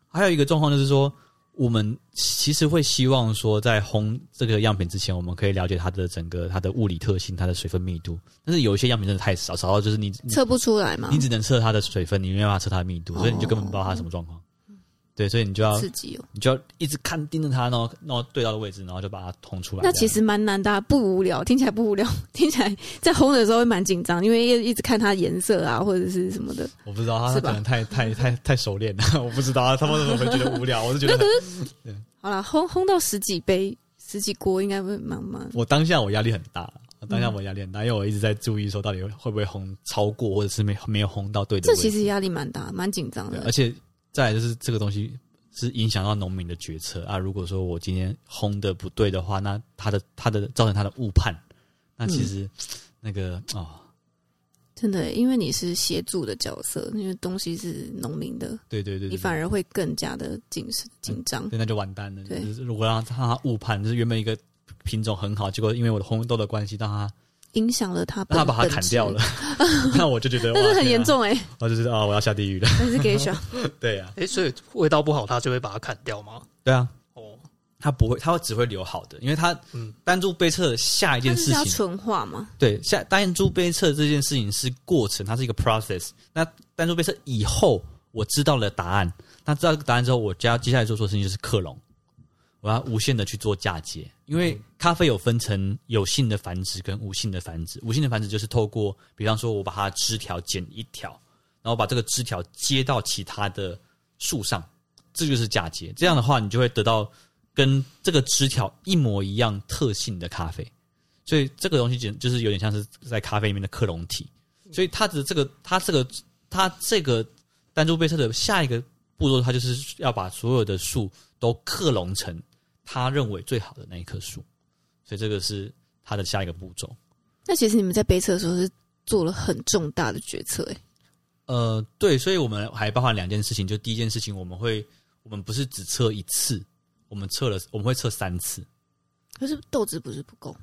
Speaker 3: 还有一个状况就是说，我们其实会希望说，在烘这个样品之前，我们可以了解它的整个它的物理特性、它的水分密度。但是有一些样品真的太少，少到就是你你
Speaker 1: 测不出来嘛
Speaker 3: 你，只能测它的水分，你没办法测它的密度，所以你就根本不知道它什么状况。对，所以你就要
Speaker 1: 刺激哦。
Speaker 3: 你就要一直看盯着它，然后然后对到的位置，然后就把它烘出来。
Speaker 1: 那其
Speaker 3: 这样
Speaker 1: 实蛮难的、啊，不无聊，听起来不无聊， 听起来在烘的时候会蛮紧张，因为一一直看它颜色啊或者是什么的。
Speaker 3: 我不知道
Speaker 1: 是
Speaker 3: 它
Speaker 1: 吧
Speaker 3: 可能太太太太熟练 了，我不知道他们怎么会觉得无聊。我是觉得很
Speaker 1: 好啦，烘烘到十几杯、十几锅应该会蛮蛮。
Speaker 3: 我当下我压力很大，当下我压力很大，因为我一直在注意说到底会不会烘超过，或者是没没有烘到对的
Speaker 1: 这
Speaker 3: 位置。
Speaker 1: 其实压力蛮大，蛮紧张
Speaker 3: 对，
Speaker 1: 的
Speaker 3: 而。且再来就是这个东西是影响到农民的决策啊。如果说我今天烘的不对的话，那他的他的造成他的误判，那其实、
Speaker 1: 嗯
Speaker 3: 那个哦，
Speaker 1: 真的耶，因为你是协助的角色，因为东西是农民的，
Speaker 3: 对对对
Speaker 1: 你
Speaker 3: 对
Speaker 1: 反
Speaker 3: 对，
Speaker 1: 而会更加的紧紧张。
Speaker 3: 对那就完蛋了。
Speaker 1: 嗯对
Speaker 3: 就是如果让他让他误判，就是原本一个品种很好，结果因为我的烘豆的关系，让他
Speaker 1: 影响了他本，
Speaker 3: 让他把它
Speaker 1: 本
Speaker 3: 砍
Speaker 1: 质
Speaker 3: 掉了，， 那我就 觉得
Speaker 1: 但
Speaker 3: 哇
Speaker 1: 是很
Speaker 3: 天啊
Speaker 1: 严重哎、
Speaker 3: 我就知道啊、我要下地狱了。
Speaker 1: 但是给选
Speaker 3: 对呀、啊，
Speaker 4: 哎、所以味道不好，它就会把它砍掉吗？
Speaker 3: 对啊。
Speaker 4: 哦，
Speaker 3: 它不会，它会只会留好的，因为它
Speaker 4: 嗯
Speaker 3: 单株杯测下一
Speaker 1: 它
Speaker 3: 件
Speaker 1: 就
Speaker 3: 事
Speaker 1: 是要
Speaker 3: 情
Speaker 1: 纯化嘛，
Speaker 3: 对，下单株杯测这件事情是过程，它是一个 process。那单株杯测以后，我知道了答案，那知道这个答案之后，我接接下来做做的事情就是克隆，我要无限的去做嫁接，因为咖啡有分成有性的繁殖跟无性的繁殖。无性的繁殖就是透过，比方说我把它枝条剪一条，然后把这个枝条接到其他的树上，这就是嫁接。这样的话，你就会得到跟这个枝条一模一样特性的咖啡。所以这个东西简就是有点像是在咖啡里面的克隆体。所以它的这个，它这个，它这个单株杯测的下一个步骤，它就是要把所有的树都克隆成他认为最好的那一棵树。所以这个是它的下一个步骤。
Speaker 1: 那其实你们在杯测的时候是做了很重大的决策哎、
Speaker 3: 呃，对，所以我们还包含两件事情，就第一件事情，我们会，我们不是只测一次，我们测了，我们会测三次，
Speaker 1: 可是豆子不是不够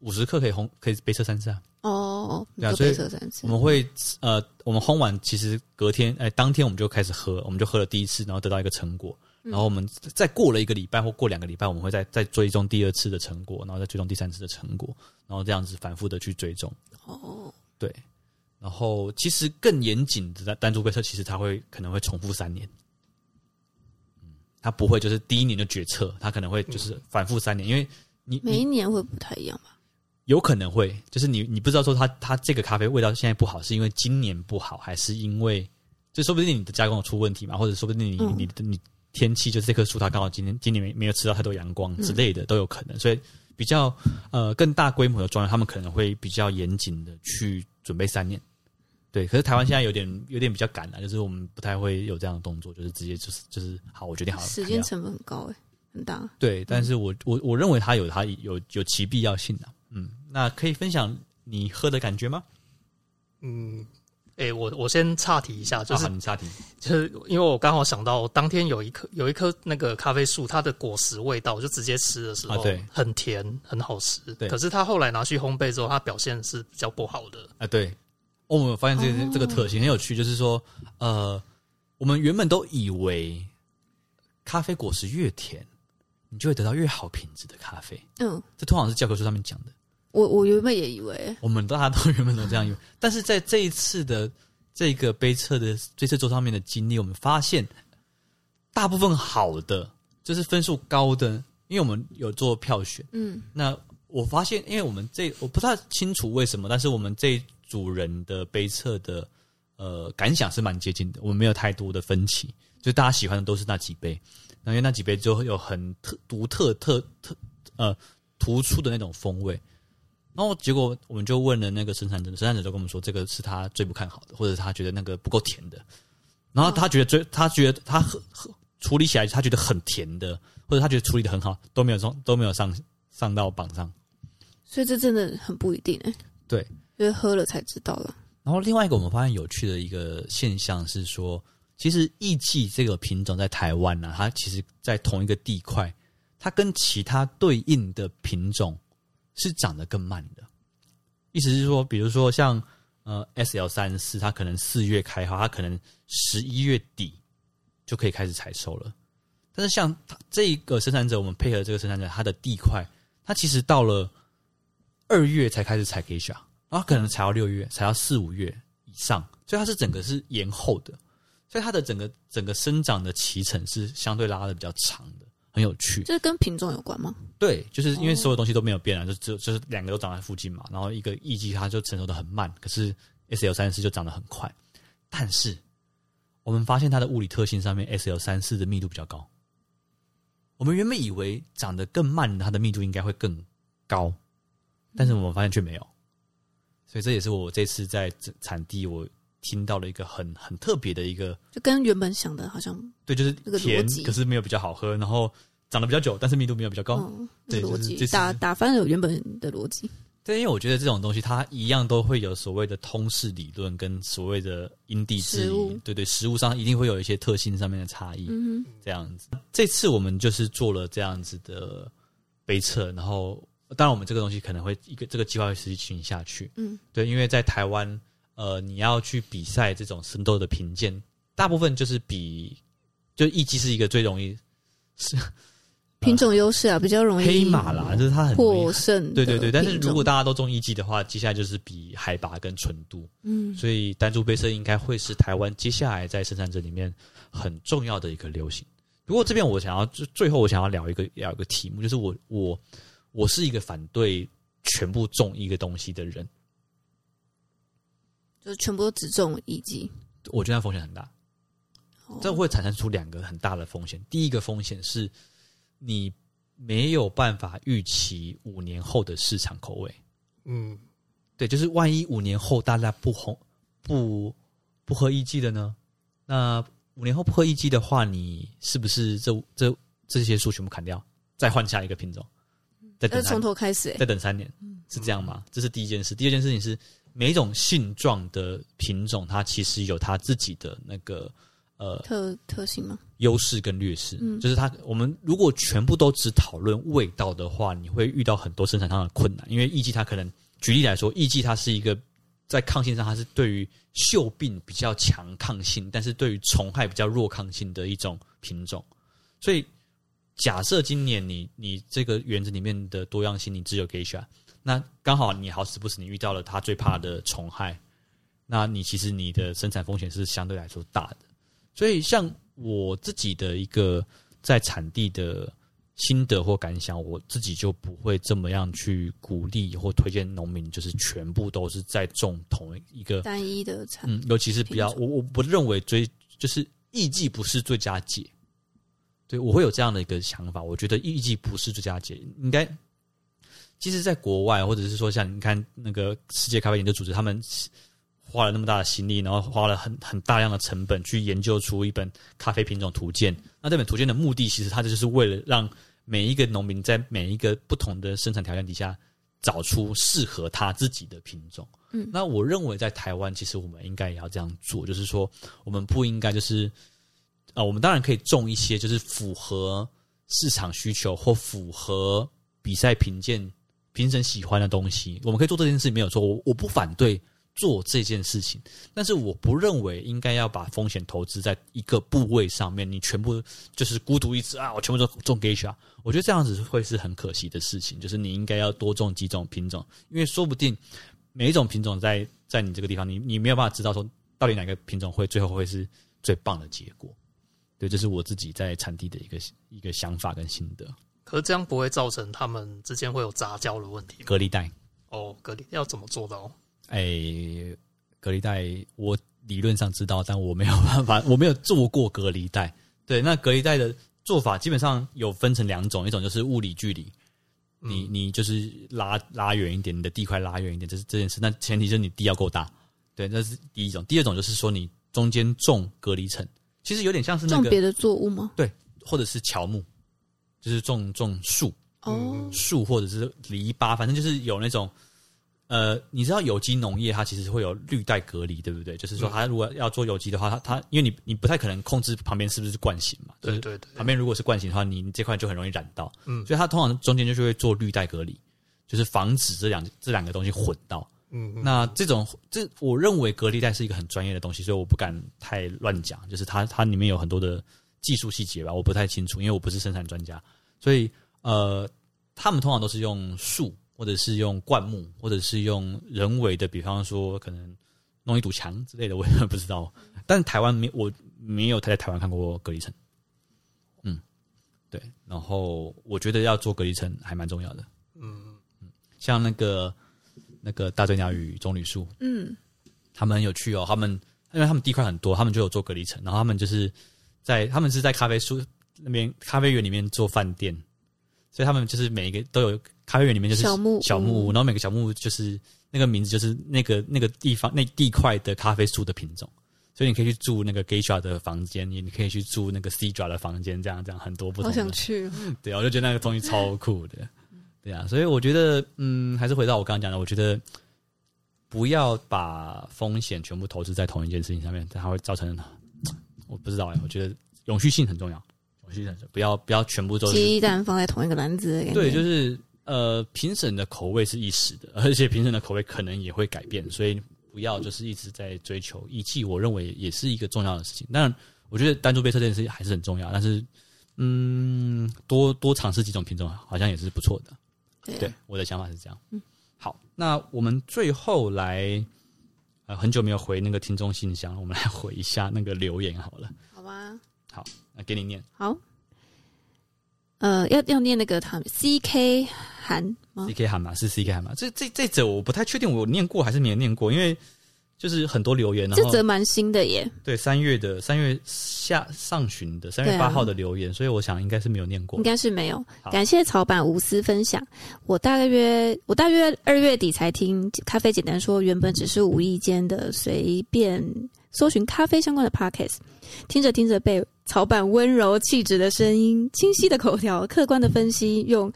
Speaker 3: 五十克可以烘，可以杯测三次啊。
Speaker 1: 哦，你
Speaker 3: 对啊
Speaker 1: 做
Speaker 3: 所以
Speaker 1: 杯测三次
Speaker 3: 我，们会呃，我们烘完，其实隔天，哎、当天我们就开始喝，我们就喝了第一次，然后得到一个成果，然后我们再过了一个礼拜或过两个礼拜，我们会再再追踪第二次的成果，然后再追踪第三次的成果，然后这样子反复的去追踪。
Speaker 1: 哦，
Speaker 3: 对，然后其实更严谨的单单株杯测，其实它会可能会重复三年。嗯，它不会就是第一年就决策，它可能会就是反复三年，因为你
Speaker 1: 每
Speaker 3: 你
Speaker 1: 一年会不太一样吧？
Speaker 3: 有可能会就是你你不知道说它它这个咖啡味道现在不好，是因为今年不好，还是因为就说不定你的加工有出问题嘛，或者说不定你、
Speaker 1: 嗯
Speaker 3: 你的你天气就是这棵树它刚好今天今年没没有吃到太多阳光
Speaker 1: 嗯
Speaker 3: 之类的、都有可能，所以比较呃更大规模的庄园，他们可能会比较严谨的去准备三年。对，可是台湾现在有点有点比较赶了、就是我们不太会有这样的动作，就是直接就是就是好，我决嗯定好了。
Speaker 1: 时
Speaker 3: 砍
Speaker 1: 间
Speaker 3: 掉
Speaker 1: 成本很高哎、很大。
Speaker 3: 对，但是我我我认为它有它有有其必要性的、嗯，那可以分享你喝的感觉吗？
Speaker 4: 嗯，哎、我我先岔题一下，就、
Speaker 3: 就是啊是、你差评，
Speaker 4: 就是因为我刚好想到，当天有一棵有一棵那个咖啡树，它的果实味道就直接吃的时候，
Speaker 3: 啊对
Speaker 4: 很甜，很好吃。
Speaker 3: 对
Speaker 4: 可是它后来拿去烘焙之后，它表现是比较不好的。
Speaker 3: 啊，对，哦，我们有发现这个、这个特性很有趣，就是说，呃，我们原本都以为咖啡果实越甜，你就会得到越好品质的咖啡，
Speaker 1: 嗯，
Speaker 3: 这通常是教科书上面讲的。
Speaker 1: 我我原本也以为
Speaker 3: 我们大家都原本都这样以为，但是在这一次的这个杯测的这次桌上面的经历，我们发现大部分好的就是分数高的，因为我们有做票选。
Speaker 1: 嗯，
Speaker 3: 那我发现，因为我们这我不太清楚为什么，但是我们这一组人的杯测的呃感想是蛮接近的，我们没有太多的分歧，就大家喜欢的都是那几杯，那因为那几杯就会有很特独特特特呃突出的那种风味。然后结果我们就问了那个生产者，生产者就跟我们说，这个是他最不看好的，或者他觉得那个不够甜的。然后他觉得最，他觉得他喝喝处理起来，他觉得很甜的，或者他觉得处理的很好，都没有上都没有上上到榜上。
Speaker 1: 所以这真的很不一定哎、
Speaker 3: 对，
Speaker 1: 因为喝了才知道了。
Speaker 3: 然后另外一个我们发现有趣的一个现象是说，其实艺妓这个品种在台湾呢、它其实在同一个地块，它跟其他对应的品种是长得更慢的。意思是说，比如说像呃 S L 三四，它可能四月开花，它可能十一月底就可以开始采收了。但是像它这个生产者，我们配合这个生产者，它的地块，它其实到了二月才开始采 geisha，然后可能采到六月，采到四五月以上，所以它是整个是延后的，所以它的整个整个生长的期程是相对拉的比较长的，很有趣。
Speaker 1: 这跟品种有关吗？
Speaker 3: 对，就是
Speaker 1: 哦
Speaker 3: 因为所有东西都没有变啊，就只有就是两个都长在附近嘛，然后一个艺伎它就成熟的很慢，可是 S L 三四就长得很快，但是我们发现它的物理特性上面 S L 三四的密度比较高。我们原本以为长得更慢，它的密度应该会更高，但是我们发现却没有，所以这也是我这次在这产地我听到了一个很很特别的一个
Speaker 1: 就跟原本想的好像，
Speaker 3: 对，就是
Speaker 1: 那个逻
Speaker 3: 甜，
Speaker 1: 辑
Speaker 3: 可是没有比较好喝，然后长得比较久，但是密度没有比较高。
Speaker 1: 嗯，那
Speaker 3: 哦对
Speaker 1: 个逻
Speaker 3: 就是
Speaker 1: 辑、
Speaker 3: 这是
Speaker 1: 打打翻了原本的逻辑。
Speaker 3: 对，因为我觉得这种东西它一样都会有所谓的通识理论跟所谓的因地制
Speaker 1: 实
Speaker 3: 宜
Speaker 1: 物，
Speaker 3: 对对，实物上一定会有一些特性上面的差异，
Speaker 1: 嗯哼，
Speaker 3: 这样子。这次我们就是做了这样子的杯测，然后当然我们这个东西可能会一个这个计划会持续进行下去，
Speaker 1: 嗯，
Speaker 3: 对，因为在台湾，呃，你要去比赛这种生豆的评鉴，大部分就是比就艺伎是一个最容易是
Speaker 1: 品种优势啊，比较容易
Speaker 3: 黑马啦，就是它很容易
Speaker 1: 获胜的
Speaker 3: 对对对，但是
Speaker 1: 品种
Speaker 3: 如果大家都中艺伎的话，接下来就是比海拔跟纯度，
Speaker 1: 嗯，
Speaker 3: 所以单株杯色应该会是台湾接下来在生产者里面很重要的一个流行。不过这边我想要最最后我想要聊一个聊一个题目，就是我我我是一个反对全部种一个东西的人，
Speaker 1: 就是全部都只种一季，
Speaker 3: 我觉得它风险很大，
Speaker 1: 哦
Speaker 3: 这会产生出两个很大的风险。第一个风险是你没有办法预期五年后的市场口味。
Speaker 4: 嗯，
Speaker 3: 对，就是万一五年后大家不红不不喝一季的呢？那五年后不喝一季的话，你是不是这这这些树全部砍掉，再换下一个品种，再
Speaker 1: 要
Speaker 3: 等
Speaker 1: 从
Speaker 3: 三
Speaker 1: 头开始、欸。
Speaker 3: 再等三年，是这样吗？这是第一件事。第二件事情是，每一种性状的品种，它其实有它自己的那个呃
Speaker 1: 特特性吗？
Speaker 3: 优势跟劣势，
Speaker 1: 嗯
Speaker 3: 就是它。我们如果全部都只讨论味道的话，你会遇到很多生产上的困难，因为艺伎它可能，举例来说，艺伎它是一个在抗性上它是对于锈病比较强抗性，但是对于虫害比较弱抗性的一种品种。所以，假设今年你你这个园子里面的多样性你只有 geisha，那刚好你好死不死你遇到了它最怕的虫害，那你其实你的生产风险是相对来说大的。所以，像我自己的一个在产地的心得或感想，我自己就不会这么样去鼓励或推荐农民，就是全部都是在种同一个
Speaker 1: 单一的产，
Speaker 3: 嗯，尤其是比较，
Speaker 1: 品
Speaker 3: 我我不认为追就是艺伎不是最佳解，对我会有这样的一个想法，我觉得艺伎不是最佳解，应该。其实，在国外，或者是说像你看那个世界咖啡研究组织，他们花了那么大的心力，然后花了很很大量的成本去研究出一本咖啡品种图鉴。那这本图鉴的目的，其实它就是为了让每一个农民在每一个不同的生产条件底下，找出适合他自己的品种。
Speaker 1: 嗯
Speaker 3: 那我认为在台湾，其实我们应该也要这样做，就是说，我们不应该就是，呃，我们当然可以种一些就是符合市场需求或符合比赛评鉴评审喜欢的东西，我们可以做这件事没有错，我我不反对做这件事情，但是我不认为应该要把风险投资在一个部位上面，你全部就是孤独一只啊，我全部都种 geisha，我觉得这样子会是很可惜的事情，就是你应该要多种几种品种，因为说不定每一种品种在在你这个地方，你你没有办法知道说到底哪个品种会最后会是最棒的结果。对，这是我自己在产地的一个一个想法跟心得。
Speaker 4: 可是这样不会造成他们之间会有杂交的问题吗
Speaker 3: 隔离带，
Speaker 4: 哦，隔离要怎么做到？
Speaker 3: 哎、隔离带我理论上知道，但我没有办法， 我没有做过隔离带。对，那隔离带的做法基本上有分成两种，一种就是物理距离，
Speaker 4: 嗯
Speaker 3: 你你就是拉拉远一点，你的地块拉远一点，这是这件事。那前提就是你地要够大，对，那是第一种。第二种就是说你中间种隔离层，其实有点像是那
Speaker 1: 种别
Speaker 3: 个
Speaker 1: 的作物吗？
Speaker 3: 或者是乔木，就是种种树，
Speaker 1: 哦，
Speaker 3: 树或者是篱笆，反正就是有那种，呃，你知道有机农业它其实会有绿带隔离，对不对？就是说，它如果要做有机的话，它它因为你你不太可能控制旁边是不是惯性嘛，
Speaker 4: 对
Speaker 3: 就是
Speaker 4: 对对，
Speaker 3: 旁边如果是惯性的话，你你这块就很容易染到，
Speaker 4: 嗯
Speaker 3: 所以它通常中间就是会做绿带隔离，就是防止这两这两个东西混到。
Speaker 4: 嗯，嗯
Speaker 3: 那这种这，我认为隔离带是一个很专业的东西，所以我不敢太乱讲。就是它它里面有很多的技术细节吧，我不太清楚，因为我不是生产专家，所以呃，他们通常都是用树，或者是用灌木，或者是用人为的，比方说可能弄一堵墙之类的，我也不知道。但台湾没，我没有在台湾看过隔离层。嗯，对。然后我觉得要做隔离层还蛮重要的。
Speaker 4: 嗯，
Speaker 3: 像那个那个大嘴鸟与棕榈树，
Speaker 1: 嗯，
Speaker 3: 他们很有趣哦，他们因为他们地块很多，他们就有做隔离层，然后他们就是在他们是在咖啡树那边咖啡园里面做饭店，所以他们就是每一个都有咖啡园里面就是
Speaker 1: 小木屋
Speaker 3: 小木屋，然后每个小木屋就是那个名字就是那个那个地方那地块的咖啡树的品种。所以你可以去住那个 Geisha 的房间，你你可以去住那个 Cedra 的房间，这样这样很多不
Speaker 1: 好
Speaker 3: 同的。
Speaker 1: 想去哦，
Speaker 3: 对啊，我就觉得那个东西超酷的，对啊，所以我觉得，嗯，还是回到我刚刚讲的，我觉得不要把风险全部投资在同一件事情上面，它会造成，我不知道哎、我觉得永续性很重要，永续性很重要不要不要全部都是
Speaker 1: 鸡蛋放在同一个篮子的感觉。
Speaker 3: 对，就是呃，评审的口味是一时的，而且评审的口味可能也会改变，所以不要就是一直在追求一季，我认为也是一个重要的事情。当然，我觉得单株杯测这件事情还是很重要，但是嗯，多多尝试几种品种好像也是不错的。
Speaker 1: 对啊
Speaker 3: 对，我的想法是这样。嗯，好，那我们最后来。呃，很久没有回那个听众信箱，我们来回一下那个留言好了。
Speaker 1: 好吧，
Speaker 3: 那给你念
Speaker 1: 好。呃，要要念那个他 C K 韩吗？
Speaker 3: C K 喊嘛，是 C K 喊嘛。这这这则我不太确定，我有念过还是没有念过，因为就是很多留言，然
Speaker 1: 这
Speaker 3: 后
Speaker 1: 则蛮新的耶，
Speaker 3: 对三月的三月下上旬的三
Speaker 1: 对啊
Speaker 3: 月八号的留言，所以我想应该是没有念过
Speaker 1: 应。该是没有
Speaker 3: 好。
Speaker 1: 感谢草板无私分享。我大约我大约二月底才听咖啡简单说，原本只是无意间的随便搜寻咖啡相关的 podcast，听着听着被草板温柔气质的声音、清晰的口条、客观的分析，用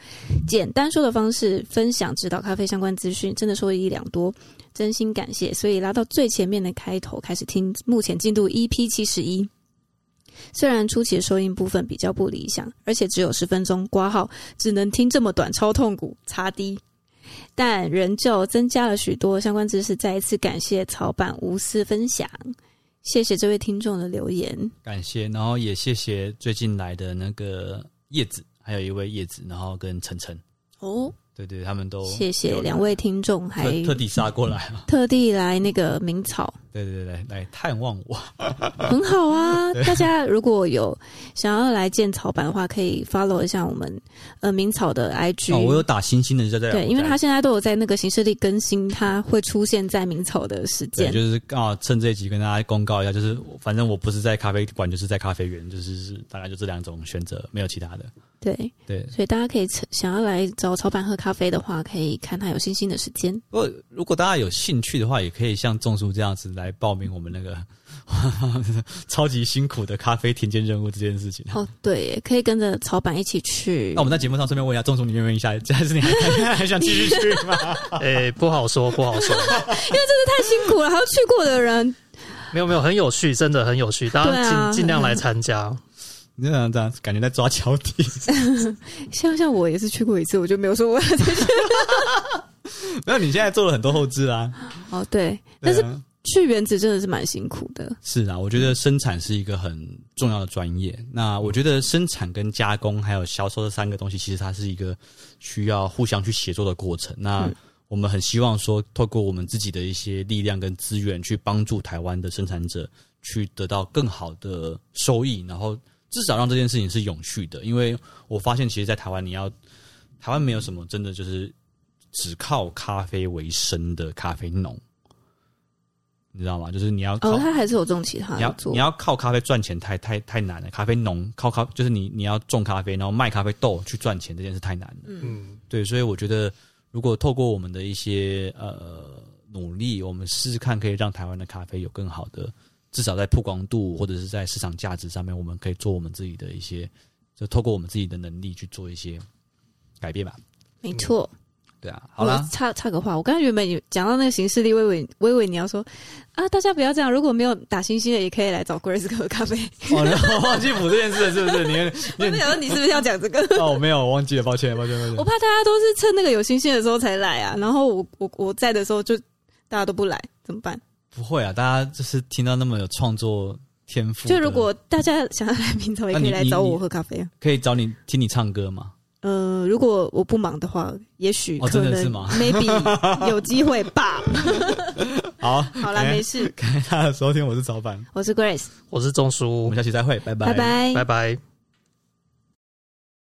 Speaker 1: 简单说的方式分享指导咖啡相关资讯，真的收益良多。真心感谢，所以拉到最前面的开头开始听，目前进度 EP 七十一。虽然初期的收音部分比较不理想，而且只有十分钟，挂号只能听这么短，超痛苦，擦低。但仍旧增加了许多相关知识。再一次感谢草板无私分享，谢谢这位听众的留言。
Speaker 3: 感谢，然后也谢谢最近来的那个叶子，还有一位叶子，然后跟晨晨，
Speaker 1: 哦，
Speaker 3: 对对，他们都
Speaker 1: 谢谢
Speaker 3: 有
Speaker 1: 两位听众，还
Speaker 3: 特特地杀过来 啊，
Speaker 1: 特地来那个名 草，
Speaker 3: 对对对，来来探望我。
Speaker 1: 很好啊。大家如果有想要来见草板的话，可以 follow 一下我们呃名草的 IG。
Speaker 3: 哦，我有打星星的就在
Speaker 1: 对，因为他现在都有在那个行事历更新，它会出现在明朝的时
Speaker 3: 对，
Speaker 1: 间。
Speaker 3: 就是刚好趁这一集跟大家公告一下，就是反正我不是在咖啡馆，就是在咖啡园，就是是大概就这两种选择，没有其他的。
Speaker 1: 对，
Speaker 3: 对，
Speaker 1: 所以大家可以趁想要来找草板喝咖啡的话，可以看他有新兴的时间。
Speaker 3: 不过如果大家有兴趣的话，也可以像种树这样子来报名我们那个 超级辛苦的咖啡田间任务这件事情。
Speaker 1: 哦，对耶，可以跟着草板一起去。
Speaker 3: 哦那我们在节目上顺便问一下，种树你愿不愿意下 来？但是你还还想继续去吗？
Speaker 4: 诶、不好说，不好说，
Speaker 1: 太辛苦了，还有去过的人，
Speaker 4: 没有没有，很有趣，真的很有趣，大
Speaker 1: 对
Speaker 4: 家尽、
Speaker 1: 啊
Speaker 4: 尽量来参加。
Speaker 3: 你这样这样，感觉在抓脚底。
Speaker 1: 像像我也是去过一次，我就没有说我 要再去。
Speaker 3: 那你现在做了很多后置啊，
Speaker 1: 哦，对，
Speaker 3: 对
Speaker 1: 但是
Speaker 3: 啊
Speaker 1: 去原子真的是蛮辛苦的。
Speaker 3: 是啊，我觉得生产是一个很重要的专业。那我觉得生产跟加工还有销售这三个东西，其实它是一个需要互相去协作的过程。那我们很希望说，透过我们自己的一些力量跟资源，去帮助台湾的生产者去得到更好的收益，然后至少让这件事情是永续的。因为我发现，其实，在台湾你要台湾没有什么真的就是只靠咖啡为生的咖啡农。你知道吗？就是你要靠
Speaker 1: 哦，他还是有种其他的
Speaker 3: 你要
Speaker 1: 做
Speaker 3: 你。要靠咖啡赚钱太太太难了，咖啡农靠咖就是你你要种咖啡，然后卖咖啡豆去赚钱，这件事太难了。
Speaker 4: 嗯，
Speaker 3: 对，所以我觉得如果透过我们的一些呃努力，我们试试看可以让台湾的咖啡有更好的，至少在曝光度或者是在市场价值上面，我们可以做我们自己的一些，就透过我们自己的能力去做一些改变吧。
Speaker 1: 没错。
Speaker 3: 对啊，好啦
Speaker 1: 我，插插个话，我刚才原本有讲到那个形式力，微微微微你要说啊，大家不要这样，如果没有打星星的，也可以来找 Grace 喝咖啡。
Speaker 3: 哦，然后忘记补这件事了，是不是？你
Speaker 1: 我
Speaker 3: 你
Speaker 1: 在想说你是不是要讲这个？
Speaker 3: 哦，我没有，我忘记了，抱歉，抱歉，抱歉
Speaker 1: 我。怕大家都是趁那个有星星的时候才来啊，然后我我我在的时候就大家都不来，怎么办？
Speaker 3: 不会啊，大家就是听到那么有创作天赋的。
Speaker 1: 就如果大家想要来明早，也可以来找我喝咖啡啊。
Speaker 3: 可以找你听你唱歌吗？
Speaker 1: 呃，如果我不忙的话，也许
Speaker 3: 哦
Speaker 1: 可
Speaker 3: 真的
Speaker 1: 能、
Speaker 3: 是吗
Speaker 1: maybe 有机会 吧。
Speaker 3: 好，
Speaker 1: 好啦，
Speaker 3: 感
Speaker 1: 没
Speaker 3: 谢
Speaker 1: 事。
Speaker 3: 感谢大家的收听，我是早板，
Speaker 1: 我是 Grace，
Speaker 4: 我是钟
Speaker 3: 我
Speaker 4: 叔
Speaker 3: 们，下期再会，拜拜，
Speaker 1: 拜。
Speaker 4: 拜拜。